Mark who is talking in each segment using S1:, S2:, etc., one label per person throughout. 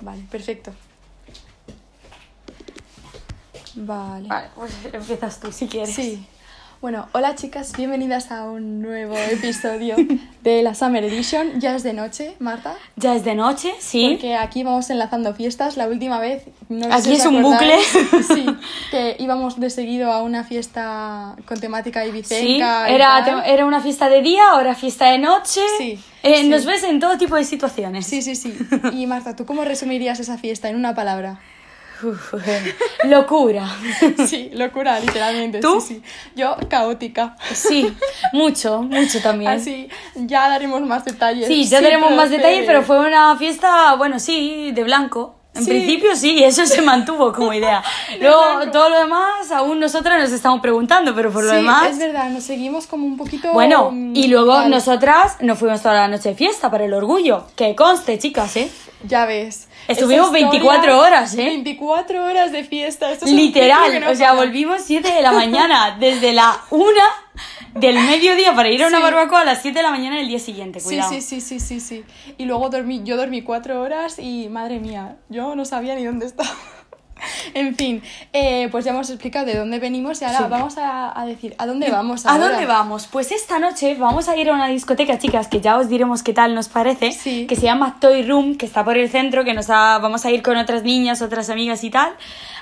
S1: Vale, perfecto. Vale.
S2: Vale, pues empiezas tú si quieres.
S1: Sí. Bueno, hola chicas, bienvenidas a un nuevo episodio de la Summer Edition. Ya es de noche, Marta.
S2: Ya es de noche, sí.
S1: Porque aquí vamos enlazando fiestas. La última vez. No sé
S2: Aquí
S1: si os
S2: es un
S1: acordáis,
S2: bucle.
S1: Sí, que íbamos de seguido a una fiesta con temática
S2: Sí,
S1: ibicenca. y
S2: era,
S1: tal.
S2: te- era una fiesta de día, ahora fiesta de noche.
S1: Sí,
S2: Eh,
S1: sí.
S2: Nos ves en todo tipo de situaciones.
S1: Sí, sí, sí. Y Marta, ¿tú cómo resumirías esa fiesta en una palabra?
S2: Uf, eh, locura.
S1: Sí, locura, literalmente.
S2: ¿Tú?
S1: Sí, sí. Yo, caótica.
S2: Sí, mucho, mucho también.
S1: Así, ya daremos más detalles.
S2: Sí, ya tenemos más
S1: profe.
S2: detalles, pero fue una fiesta, bueno, sí, de blanco. En
S1: Sí.
S2: principio sí, eso se mantuvo como idea.
S1: blanco.
S2: Luego todo lo demás, aún nosotras nos estamos preguntando, pero por lo
S1: Sí,
S2: demás...
S1: Es verdad, nos seguimos como un poquito.
S2: Bueno,
S1: mm,
S2: y luego
S1: mal.
S2: nosotras nos fuimos toda la noche de fiesta para el orgullo. Que conste, chicas, ¿eh?
S1: Ya ves.
S2: Estuvimos
S1: esa historia,
S2: 24 horas, ¿eh?
S1: 24 horas de fiesta. Esto es un ciclo que
S2: Literal,
S1: no
S2: o sea,
S1: para.
S2: volvimos 7 de la mañana, desde la 1 del mediodía para ir a una
S1: Sí.
S2: barbacoa a las 7 de la mañana del día siguiente,
S1: Sí,
S2: cuidado.
S1: sí, sí, sí, sí, sí. Y luego dormí, yo dormí cuatro horas y madre mía, yo no sabía ni dónde estaba. en fin, eh, pues ya hemos explicado de dónde venimos y ahora
S2: Sí.
S1: vamos a, a decir a dónde vamos.
S2: ¿A
S1: ahora?
S2: dónde vamos? Pues esta noche vamos a ir a una discoteca, chicas, que ya os diremos qué tal nos parece,
S1: Sí.
S2: que se llama Toy Room, que está por el centro, que nos ha- vamos a ir con otras niñas, otras amigas y tal.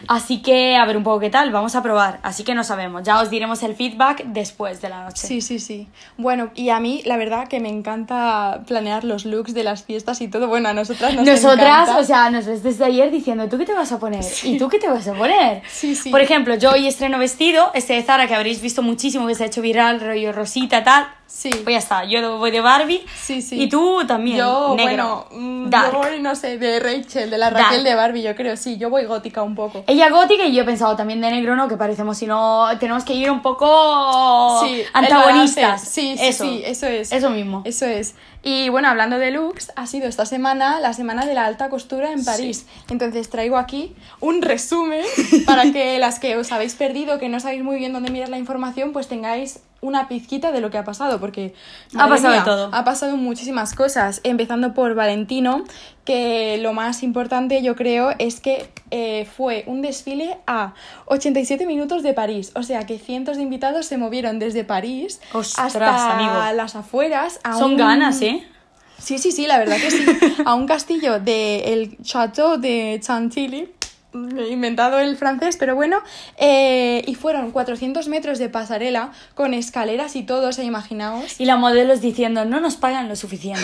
S2: Así que a ver un poco qué tal, vamos a probar. Así que no sabemos, ya os diremos el feedback después de la noche.
S1: Sí, sí, sí. Bueno, y a mí la verdad que me encanta planear los looks de las fiestas y todo. Bueno, a nosotras nos
S2: Nosotras,
S1: encanta.
S2: o sea, nos ves desde ayer diciendo, ¿tú qué te vas a poner? ¿Y tú qué te vas a poner?
S1: Sí, sí.
S2: Por ejemplo, yo hoy estreno vestido, este de Zara que habréis visto muchísimo, que se ha hecho viral, rollo rosita, tal.
S1: Sí.
S2: Pues ya está, yo voy de Barbie.
S1: Sí, sí.
S2: Y tú también.
S1: Yo,
S2: negro.
S1: bueno, mm,
S2: Dark.
S1: yo voy, no sé, de Rachel, de la Raquel
S2: Dark. Eh,
S1: de Barbie, yo creo, sí, yo voy gótica un poco.
S2: Ella gótica y yo he pensado también de negro, ¿no? Que parecemos, si no, tenemos que ir un poco
S1: Sí, el
S2: antagonistas.
S1: balance. Sí, sí,
S2: eso.
S1: sí, eso es.
S2: Eso mismo.
S1: Eso es. Y bueno, hablando de looks, ha sido esta semana la semana de la alta costura en París. Entonces traigo aquí un resumen para que las que os habéis perdido, que no sabéis muy bien dónde mirar la información, pues tengáis una pizquita de lo que ha pasado, porque
S2: Ha
S1: madre
S2: pasado de todo.
S1: Ha pasado muchísimas cosas, empezando por Valentino, que lo más importante yo creo es que eh, fue un desfile a 87 minutos de París, o sea que cientos de invitados se movieron desde París
S2: Ostras,
S1: hasta
S2: amigo.
S1: las afueras. a
S2: Son
S1: un-
S2: ganas, ¿eh?
S1: Sí, sí, sí, la verdad que sí. A un castillo del Chateau de Chantilly. Me he inventado el francés, pero bueno. eh, y fueron 400 metros de pasarela con escaleras y todo, se imaginaos.
S2: Y la modelos diciendo, no nos pagan lo suficiente.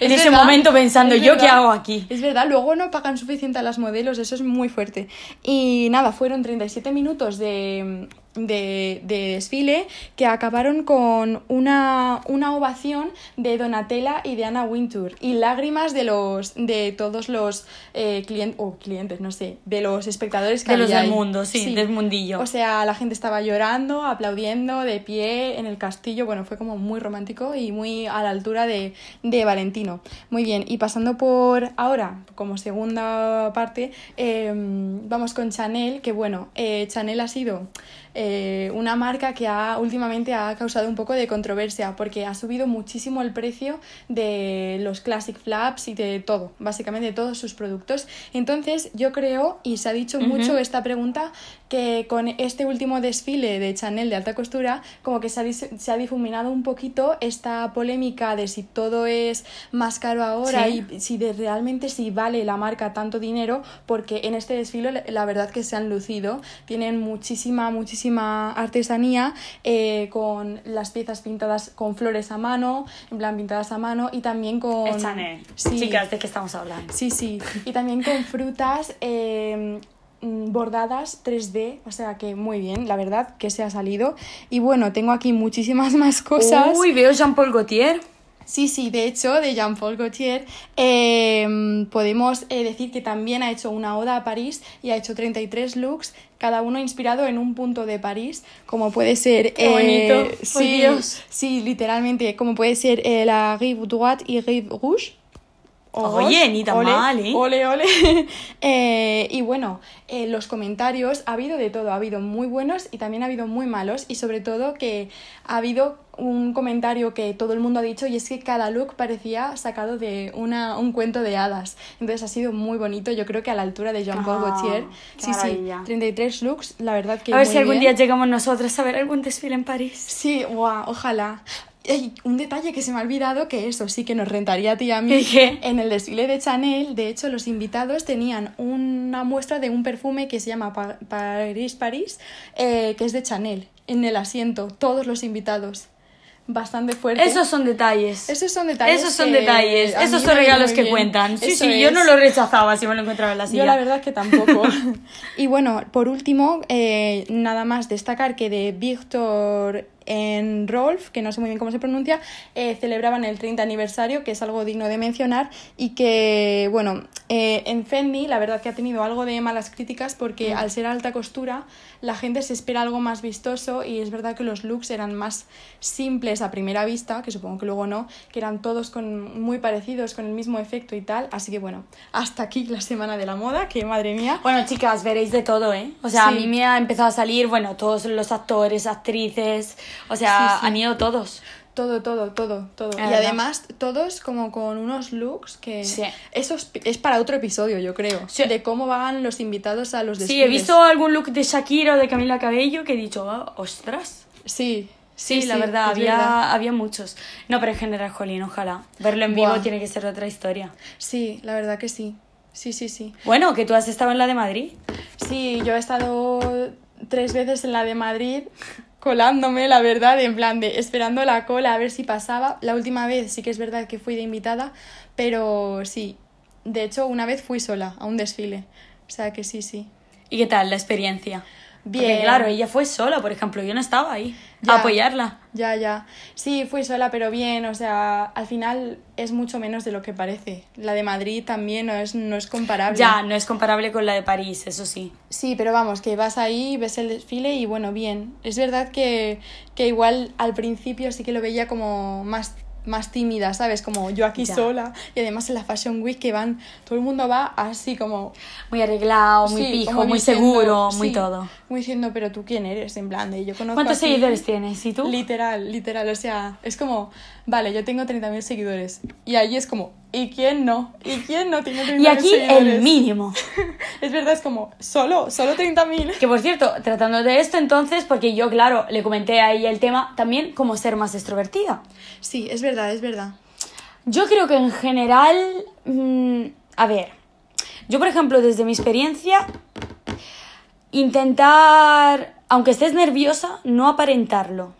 S2: en
S1: Es
S2: ese
S1: verdad,
S2: momento pensando,
S1: es
S2: ¿yo qué
S1: verdad.
S2: hago aquí?
S1: Es verdad, luego no pagan suficiente a las modelos, eso es muy fuerte. Y nada, fueron 37 minutos de, de, de desfile que acabaron con una, una ovación de Donatella y de Anna Wintour y lágrimas de los de todos los clientes, o clientes, no sé, de los espectadores que
S2: De los
S1: había
S2: del
S1: ahí.
S2: mundo, sí, del mundillo.
S1: O sea, la gente estaba llorando, aplaudiendo, de pie, en el castillo. Bueno, fue como muy romántico y muy a la altura de, de Valentino. Muy bien, y pasando por ahora, como segunda parte, eh, vamos con Chanel, que bueno, eh, Chanel ha sido eh, una marca que ha, últimamente ha causado un poco de controversia, porque ha subido muchísimo el precio de los Classic Flaps y de todo, básicamente de todos sus productos. Entonces, yo creo, y se ha dicho mucho esta pregunta, que con este último desfile de Chanel de alta costura, como que se ha, dis- se ha difuminado un poquito esta polémica de si todo es más caro ahora
S2: Sí.
S1: y si de- realmente si vale la marca tanto dinero, porque en este desfile la- la verdad que se han lucido, tienen muchísima, muchísima artesanía eh, con las piezas pintadas con flores a mano, en plan pintadas a mano y también con...
S2: Es Chanel.
S1: Sí.
S2: Chicas, ¿de qué estamos hablando?
S1: Sí, sí. Y también con frutas eh, mm, bordadas 3D. O sea que muy bien, la verdad, que se ha salido. Y bueno, tengo aquí muchísimas más cosas.
S2: Uy, veo Jean-Paul Gaultier.
S1: Sí, sí, de hecho, de Jean-Paul Gaultier, eh, podemos eh, decir que también ha hecho una oda a París y ha hecho 33 looks, cada uno inspirado en un punto de París, como puede ser...
S2: Qué bonito, por
S1: sí,
S2: Dios.
S1: eh, sí, literalmente, como puede ser eh, la Rive Droite y Rive Rouge.
S2: Oye, ni tan
S1: ole,
S2: mal, ¿eh?
S1: Ole, ole. Eh, y bueno, eh, los comentarios, ha habido de todo, ha habido muy buenos y también ha habido muy malos y sobre todo que ha habido un comentario que todo el mundo ha dicho y es que cada look parecía sacado de una, un cuento de hadas. Entonces ha sido muy bonito, yo creo que a la altura de Jean-Paul
S2: Ah,
S1: Gaultier.
S2: qué
S1: Sí,
S2: maravilla.
S1: sí, 33 looks, la verdad que
S2: A ver
S1: muy
S2: si algún
S1: bien.
S2: día llegamos nosotras a ver algún desfile en París.
S1: Sí, guau, ojalá. Ey, un detalle que se me ha olvidado, que eso sí que nos rentaría a ti y a mí.
S2: ¿Qué?
S1: En el desfile de Chanel, de hecho, los invitados tenían una muestra de un perfume que se llama Pa- Paris Paris, eh, que es de Chanel, en el asiento, todos los invitados. Bastante fuerte.
S2: Esos son detalles.
S1: Esos son detalles
S2: Esos son
S1: que
S2: detalles.
S1: a mí
S2: Esos
S1: me
S2: son
S1: vienen
S2: regalos
S1: muy
S2: que
S1: bien.
S2: cuentan. Sí,
S1: Eso
S2: sí, yo
S1: es.
S2: no lo rechazaba si me lo encontraba en la silla.
S1: Yo la verdad que tampoco. y bueno, por último, eh, nada más destacar que de Víctor en Rolf, que no sé muy bien cómo se pronuncia, eh, celebraban el 30 aniversario, que es algo digno de mencionar, y que, bueno, eh, en Fendi la verdad que ha tenido algo de malas críticas
S2: Mm.
S1: porque al ser alta costura la gente se espera algo más vistoso y es verdad que los looks eran más simples a primera vista, que supongo que luego no, que eran todos con, muy parecidos, con el mismo efecto y tal. Así que bueno, hasta aquí la semana de la moda, que madre mía.
S2: Bueno, chicas, veréis de todo, ¿eh? O sea, a
S1: Sí.
S2: mí me ha empezado a salir, bueno, todos los actores, actrices, o sea,
S1: Sí, sí.
S2: han ido todos.
S1: Todo, todo, todo, todo.
S2: La
S1: y
S2: verdad.
S1: además, todos como con unos looks que...
S2: Sí.
S1: Eso es, es para otro episodio, yo creo.
S2: Sí.
S1: De cómo van los invitados a los desfiles.
S2: Sí, he visto algún look de Shakira o de Camila Cabello que he dicho, "Ah, ostras.
S1: Sí,
S2: Sí,
S1: sí,
S2: la
S1: sí,
S2: verdad,
S1: es
S2: había, había muchos. No, pero en general, Jolín, ojalá. Verlo en vivo
S1: Buah.
S2: tiene que ser otra historia.
S1: Sí, la verdad que sí. Sí, sí, sí.
S2: Bueno, que tú has estado en la de Madrid.
S1: Sí, yo he estado tres veces en la de Madrid colándome, la verdad, en plan de esperando la cola a ver si pasaba. La última vez sí que es verdad que fui de invitada, pero sí. De hecho, una vez fui sola a un desfile. O sea que sí, sí.
S2: ¿Y qué tal la experiencia? Porque,
S1: Bien.
S2: claro, ella fue sola, por ejemplo, yo no estaba ahí
S1: Ya.
S2: a apoyarla.
S1: Ya, ya. Sí, fui sola, pero bien, o sea, al final es mucho menos de lo que parece. La de Madrid también no es, no es comparable.
S2: Ya, no es comparable con la de París, eso sí.
S1: Sí, pero vamos, que vas ahí, ves el desfile y bueno, bien. Es verdad que, que igual al principio sí que lo veía como más, más tímida, ¿sabes? Como yo aquí
S2: Ya.
S1: sola y además en la Fashion Week que van, todo el mundo va así como...
S2: Muy arreglado, muy
S1: sí,
S2: pijo,
S1: como
S2: muy
S1: diciendo-
S2: seguro, muy
S1: sí,
S2: todo.
S1: Muy diciendo, pero tú quién eres, en plan de yo conozco...
S2: ¿Cuántos
S1: a ti".
S2: seguidores tienes? ¿Y tú?
S1: Literal, literal, o sea, es como, vale, yo tengo 30.000 seguidores y ahí es como, ¿y quién no? ¿Y quién no tiene 30.000
S2: y aquí
S1: seguidores?
S2: el mínimo.
S1: Es verdad, es como, solo, solo 30.000.
S2: Que por cierto, tratando de esto entonces, porque yo, claro, le comenté a ella el tema también, como ser más extrovertida.
S1: Sí, es verdad, es verdad.
S2: Yo creo que en general, mm, a ver, yo por ejemplo desde mi experiencia, intentar, aunque estés nerviosa, no aparentarlo.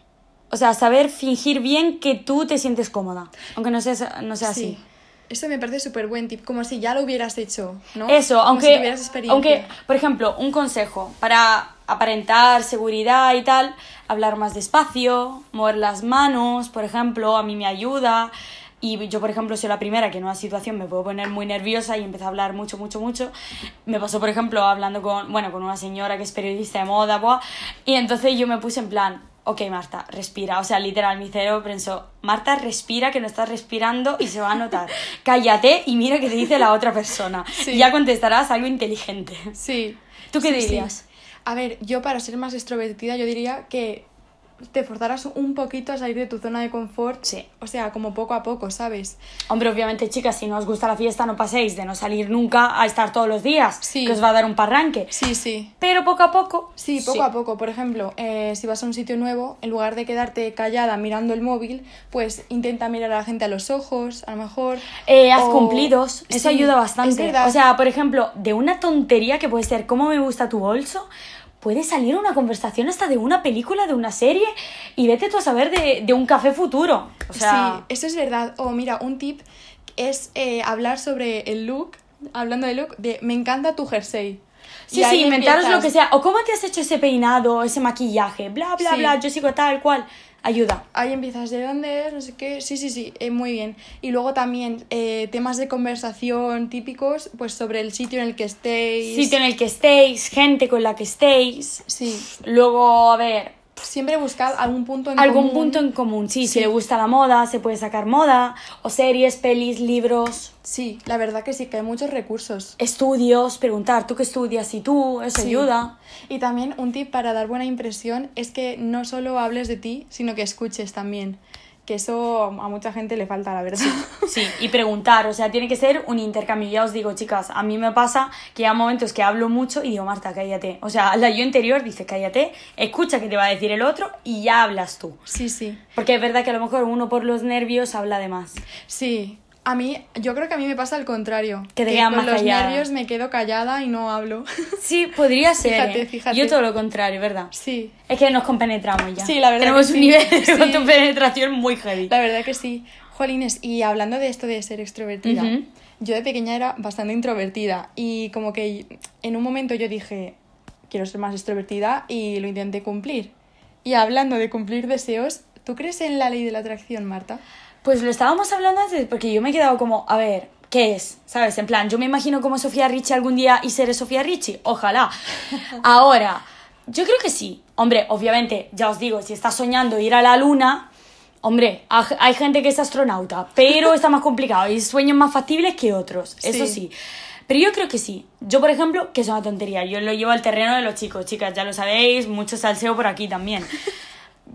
S2: O sea, saber fingir bien que tú te sientes cómoda, aunque no sea, no sea así.
S1: Eso me parece súper buen tip, como si ya lo hubieras hecho, ¿no?
S2: Eso,
S1: Como si
S2: aunque,
S1: tuvieras experiencia.
S2: aunque, por ejemplo, un consejo para aparentar seguridad y tal, hablar más despacio, mover las manos, por ejemplo, a mí me ayuda. Y yo, por ejemplo, soy la primera que en una situación me puedo poner muy nerviosa y empiezo a hablar mucho, mucho, mucho. Me pasó, por ejemplo, hablando con, bueno, con una señora que es periodista de moda, buah, y entonces yo me puse en plan, ok, Marta, respira. O sea, literal, mi cerebro pensó, Marta, respira, que no estás respirando y se va a notar. Cállate y mira qué te dice la otra persona.
S1: Sí.
S2: Y ya contestarás algo inteligente.
S1: Sí.
S2: ¿Tú qué
S1: Sí, sí.
S2: dirías?
S1: A ver, yo para ser más extrovertida, yo diría que te forzarás un poquito a salir de tu zona de confort.
S2: Sí.
S1: O sea, como poco a poco, ¿sabes?
S2: Hombre, obviamente, chicas, si no os gusta la fiesta, no paséis de no salir nunca a estar todos los días,
S1: Sí.
S2: que os va a dar un parranque.
S1: Sí, sí.
S2: Pero poco a poco.
S1: Sí, poco a poco. Por ejemplo, eh, si vas a un sitio nuevo, en lugar de quedarte callada mirando el móvil, pues intenta mirar a la gente a los ojos, a lo mejor.
S2: Eh, haz
S1: o-
S2: cumplidos, eso
S1: Sí,
S2: ayuda
S1: es
S2: bastante.
S1: verdad.
S2: O sea, por ejemplo, de una tontería que puede ser cómo me gusta tu bolso, puede salir una conversación hasta de una película, de una serie, y vete tú a saber de, de un café futuro. O sea,
S1: sí, eso es verdad. O mira, un tip es eh, hablar sobre el look, hablando de look, de me encanta tu jersey.
S2: sí,
S1: Y
S2: sí,
S1: ahí
S2: inventaros
S1: empiezas.
S2: lo que sea. O cómo te has hecho ese peinado, ese maquillaje, bla, bla,
S1: Sí.
S2: bla, yo sigo tal cual. Ayuda.
S1: Ahí empiezas, ¿de dónde es? No sé qué. Sí, sí, sí, eh, muy bien. Y luego también eh, temas de conversación típicos, pues sobre el sitio en el que estéis.
S2: Sitio en el que estéis, gente con la que estéis.
S1: Sí,
S2: Luego, a ver,
S1: siempre buscad algún punto en
S2: Algún
S1: común.
S2: punto en común, sí, si le gusta la moda, se puede sacar moda, o series, pelis, libros,
S1: Sí, la verdad que sí, que hay muchos recursos.
S2: estudios, preguntar, ¿tú qué estudias? ¿Y tú? Eso
S1: Sí.
S2: ayuda.
S1: Y también un tip para dar buena impresión es que no solo hables de ti, sino que escuches también. Que eso a mucha gente le falta, la verdad.
S2: Sí, y preguntar, o sea, tiene que ser un intercambio. Ya os digo, chicas, a mí me pasa que hay momentos que hablo mucho y digo, Marta, cállate. O sea, la yo interior dice, cállate, escucha que te va a decir el otro y ya hablas tú.
S1: Sí, sí.
S2: Porque es verdad que a lo mejor uno por los nervios habla de más.
S1: Sí. A mí, yo creo que a mí me pasa al contrario.
S2: Que te quedas
S1: con
S2: más
S1: los
S2: callada.
S1: nervios me quedo callada y no hablo.
S2: Sí, podría ser.
S1: Fíjate,
S2: ¿eh?
S1: fíjate.
S2: Yo todo lo contrario, ¿verdad?
S1: sí.
S2: Es que nos compenetramos ya.
S1: Sí, la verdad
S2: Tenemos
S1: que
S2: un
S1: sí.
S2: nivel de
S1: Sí.
S2: compenetración muy heavy.
S1: La verdad que sí. Jolines, y hablando de esto de ser extrovertida,
S2: Ujú.
S1: yo de pequeña era bastante introvertida y como que en un momento yo dije, quiero ser más extrovertida y lo intenté cumplir. Y hablando de cumplir deseos, ¿tú crees en la ley de la atracción, Marta?
S2: Pues lo estábamos hablando antes porque yo me he quedado como, a ver, ¿qué es? ¿Sabes? En plan, yo me imagino como Sofía Richie algún día y seré Sofía Richie. Ojalá. Ahora, yo creo que sí. Hombre, obviamente, ya os digo, si estás soñando ir a la luna, hombre, ha- hay gente que es astronauta, pero está más complicado y sueños más factibles que otros. Eso
S1: Sí.
S2: sí. Pero yo creo que sí. Yo, por ejemplo, que es una tontería. Yo lo llevo al terreno de los chicos, chicas, ya lo sabéis. Mucho salseo por aquí también.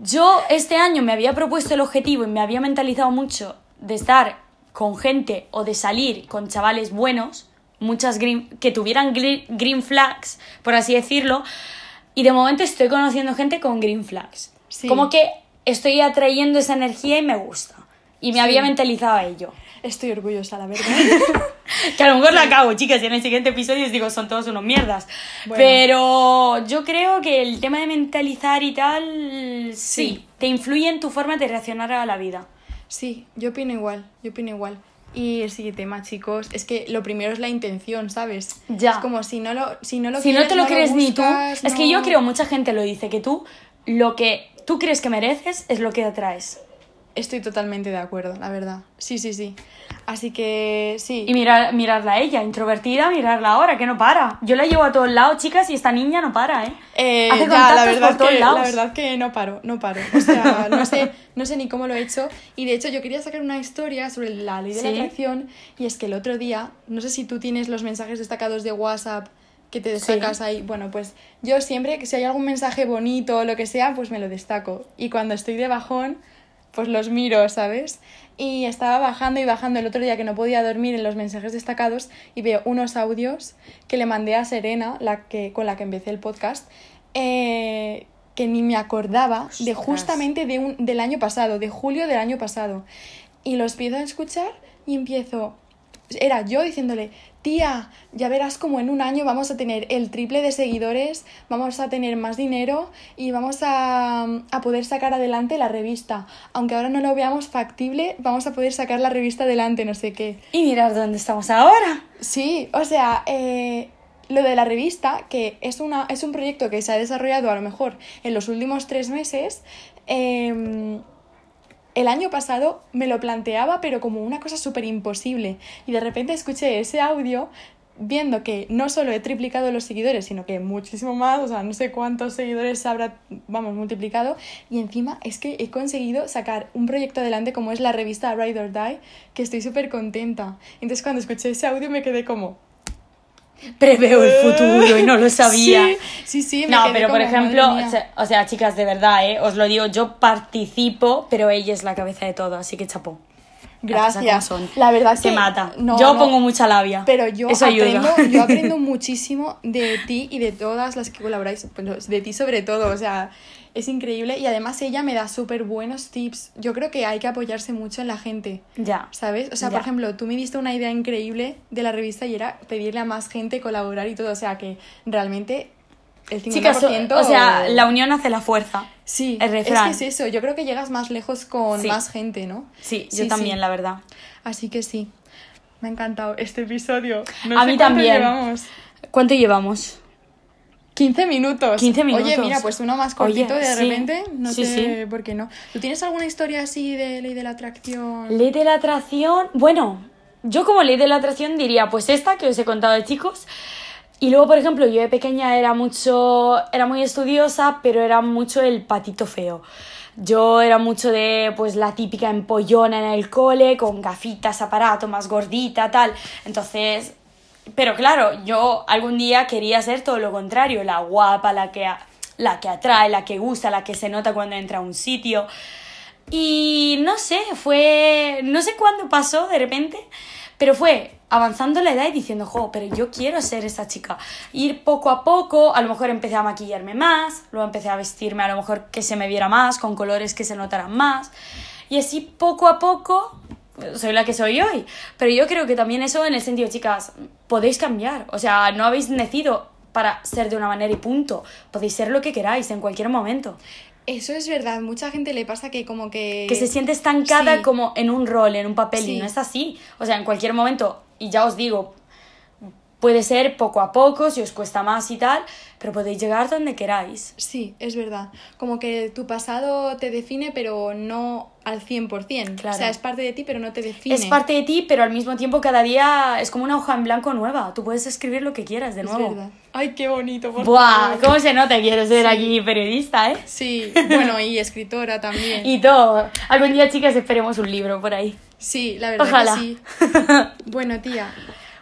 S2: Yo este año me había propuesto el objetivo y me había mentalizado mucho de estar con gente o de salir con chavales buenos, muchas green- que tuvieran gri- green, flags, por así decirlo. Y de momento estoy conociendo gente con green flags.
S1: Sí.
S2: Como que estoy atrayendo esa energía y me gusta. Y
S1: Sí.
S2: me había mentalizado a ello.
S1: Estoy orgullosa, la verdad.
S2: Que a lo mejor la cago, chicas, y en el siguiente episodio os digo, son todos unos mierdas.
S1: Bueno.
S2: Pero yo creo que el tema de mentalizar y tal, sí, te influye en tu forma de reaccionar a la vida.
S1: Sí, yo opino igual, yo opino igual. Y el siguiente tema, chicos, es que lo primero es la intención, ¿sabes?
S2: Ya.
S1: Es como si no lo, si no lo
S2: si no
S1: quieres,
S2: te lo crees ni tú,
S1: buscas,
S2: es que yo
S1: no-
S2: creo, mucha gente lo dice, que tú lo que tú crees que mereces es lo que atraes.
S1: Estoy totalmente de acuerdo, la verdad. Sí, sí, sí. Así que sí.
S2: Y mirar, mirarla a ella, introvertida, mirarla ahora, que no para. Yo la llevo a todos lados, chicas, y esta niña no para, ¿eh?
S1: Eh,
S2: Hace
S1: ya,
S2: contactos
S1: la verdad,
S2: por todos
S1: que,
S2: lados.
S1: la verdad que no paro, no paro. O sea, no sé, no sé ni cómo lo he hecho. Y de hecho, yo quería sacar una historia sobre la ley de la
S2: ¿Sí?
S1: atracción. Y es que el otro día, no sé si tú tienes los mensajes destacados de WhatsApp que te
S2: Sí.
S1: destacas ahí. Bueno, pues yo siempre, que si hay algún mensaje bonito o lo que sea, pues me lo destaco. Y cuando estoy de bajón, pues los miro, ¿sabes? Y estaba bajando y bajando el otro día que no podía dormir en los mensajes destacados y veo unos audios que le mandé a Serena, la que, con la que empecé el podcast, eh, que ni me acordaba de
S2: Ostras.
S1: justamente de un, del año pasado, de julio del año pasado. Y los empiezo a escuchar y empiezo... Era yo diciéndole, tía, ya verás como en un año vamos a tener el triple de seguidores, vamos a tener más dinero y vamos a, a poder sacar adelante la revista. Aunque ahora no lo veamos factible, vamos a poder sacar la revista adelante, no sé qué.
S2: Y mirar dónde estamos ahora.
S1: Sí, o sea, eh, lo de la revista, que es, una, es un proyecto que se ha desarrollado a lo mejor en los últimos tres meses, eh, el año pasado me lo planteaba, pero como una cosa súper imposible. Y de repente escuché ese audio viendo que no solo he triplicado los seguidores, sino que muchísimo más, o sea, no sé cuántos seguidores habrá, vamos, multiplicado. Y encima es que he conseguido sacar un proyecto adelante como es la revista Ride or Die, que estoy súper contenta. Entonces cuando escuché ese audio me quedé como...
S2: Preveo el futuro y no lo sabía.
S1: Sí, sí, sí, me
S2: No,
S1: quedé
S2: pero por
S1: como,
S2: ejemplo,
S1: "Madre mía".
S2: o sea, o sea, chicas, de verdad, ¿eh? os lo digo, yo participo, pero ella es la cabeza de todo, así que chapó. Las cosas
S1: Gracias.
S2: como son.
S1: La verdad
S2: Se
S1: que
S2: mata.
S1: no,
S2: yo
S1: no.
S2: pongo mucha labia.
S1: Pero yo
S2: Eso ayuda.
S1: aprendo, yo aprendo muchísimo de ti y de todas las que colaboráis, pero de ti sobre todo, o sea, es increíble y además ella me da súper buenos tips. Yo creo que hay que apoyarse mucho en la gente,
S2: ya.
S1: ¿sabes? O sea,
S2: Ya.
S1: por ejemplo, tú me diste una idea increíble de la revista y era pedirle a más gente colaborar y todo, o sea, que realmente el 50%
S2: Chicas, o, o sea, la unión hace la fuerza.
S1: Sí,
S2: el refrán.
S1: es que es eso, yo creo que llegas más lejos con
S2: Sí.
S1: más gente, ¿no?
S2: Sí,
S1: Sí,
S2: yo
S1: sí.
S2: también, la verdad.
S1: Así que sí. Me ha encantado este episodio.
S2: A mí
S1: cuánto
S2: también.
S1: Llevamos.
S2: ¿Cuánto llevamos?
S1: 15 minutos.
S2: 15
S1: Oye,
S2: minutos.
S1: mira, pues uno más
S2: Oye,
S1: cortito de
S2: sí.
S1: repente. No
S2: Sí,
S1: sé por qué no. ¿Tú tienes alguna historia así de ley de la atracción?
S2: Ley de la atracción. Bueno, yo como ley de la atracción diría, pues esta que os he contado de chicos. Y luego, por ejemplo, yo de pequeña era mucho, era muy estudiosa, pero era mucho el patito feo. Yo era mucho de, pues, la típica empollona en el cole, con gafitas, aparato, más gordita, tal. Entonces, pero claro, yo algún día quería ser todo lo contrario, la guapa, la que, la que atrae, la que gusta, la que se nota cuando entra a un sitio. Y no sé, fue, no sé cuándo pasó de repente, pero fue avanzando la edad y diciendo, jo, pero yo quiero ser esa chica. Ir poco a poco, a lo mejor empecé a maquillarme más, luego empecé a vestirme a lo mejor que se me viera más, con colores que se notaran más. Y así poco a poco soy la que soy hoy. Pero yo creo que también eso en el sentido, chicas, podéis cambiar. O sea, no habéis nacido para ser de una manera y punto. Podéis ser lo que queráis en cualquier momento.
S1: Eso es verdad, mucha gente le pasa que como que...
S2: Que se siente estancada
S1: Eh, Sí.
S2: como en un rol, en un papel, y
S1: Sí.
S2: no es así. O sea, en cualquier momento, y ya os digo, puede ser poco a poco, si os cuesta más y tal, pero podéis llegar donde queráis.
S1: Sí, es verdad. Como que tu pasado te define, pero no al 100%.
S2: Claro.
S1: O sea, es parte de ti, pero no te define.
S2: Es parte de ti, pero al mismo tiempo cada día es como una hoja en blanco nueva. Tú puedes escribir lo que quieras de
S1: Es
S2: nuevo.
S1: verdad. Ay, qué bonito, por
S2: Buah,
S1: favor.
S2: ¿cómo se nota? Quiero ser aquí periodista, ¿eh?
S1: Sí, bueno, y escritora también.
S2: Y todo. Algún día, chicas, esperemos un libro por ahí.
S1: Sí, la verdad
S2: Ojalá.
S1: que sí. Bueno, tía,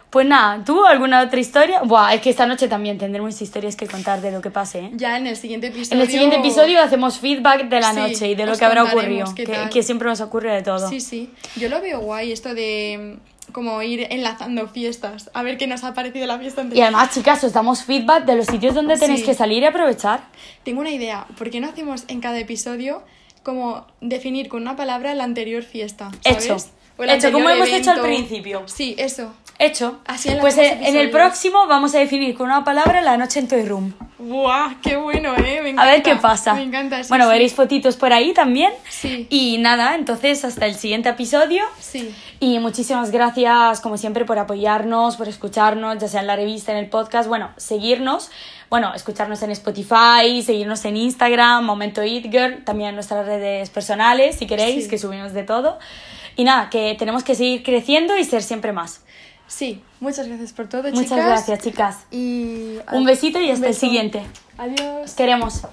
S2: Pues nada, ¿tú alguna otra historia? Buah, es que esta noche también tendremos historias que contar de lo que pase, ¿eh?
S1: ya en el siguiente episodio...
S2: En el siguiente episodio hacemos feedback de la
S1: Sí,
S2: noche y de lo
S1: os
S2: que habrá
S1: contaremos
S2: ocurrido,
S1: qué
S2: que,
S1: tal.
S2: que siempre nos ocurre de todo.
S1: Sí, sí. Yo lo veo guay esto de mm, como ir enlazando fiestas. A ver qué nos ha parecido la fiesta
S2: Y
S1: anterior.
S2: además, chicas, os damos feedback de los sitios donde tenéis
S1: Sí.
S2: que salir y aprovechar.
S1: Tengo una idea. ¿Por qué no hacemos en cada episodio como definir con una palabra la anterior fiesta? ¿sabes?
S2: Hecho.
S1: O el
S2: Hecho, como
S1: anterior
S2: hemos hecho al
S1: evento.
S2: principio.
S1: Sí, eso.
S2: Hecho.
S1: Así en los
S2: pues
S1: demás
S2: eh, en el
S1: episodios.
S2: próximo vamos a definir con una palabra la noche en Toy Room.
S1: ¡Buah! ¡Qué bueno, eh! Me encanta.
S2: A ver qué pasa.
S1: Me encanta. sí,
S2: bueno,
S1: sí.
S2: veréis fotitos por ahí también.
S1: Sí.
S2: Y nada, entonces hasta el siguiente episodio.
S1: Sí.
S2: Y muchísimas gracias, como siempre, por apoyarnos, por escucharnos, ya sea en la revista, en el podcast, bueno, seguirnos, bueno, escucharnos en Spotify, seguirnos en Instagram, Momento It Girl, también en nuestras redes personales, si queréis,
S1: Sí.
S2: que subimos de todo. Y nada, que tenemos que seguir creciendo y ser siempre más.
S1: Sí. Muchas gracias por todo,
S2: Muchas
S1: chicas.
S2: gracias, chicas.
S1: Y...
S2: Un besito y hasta el
S1: beso.
S2: siguiente.
S1: Adiós.
S2: Os queremos.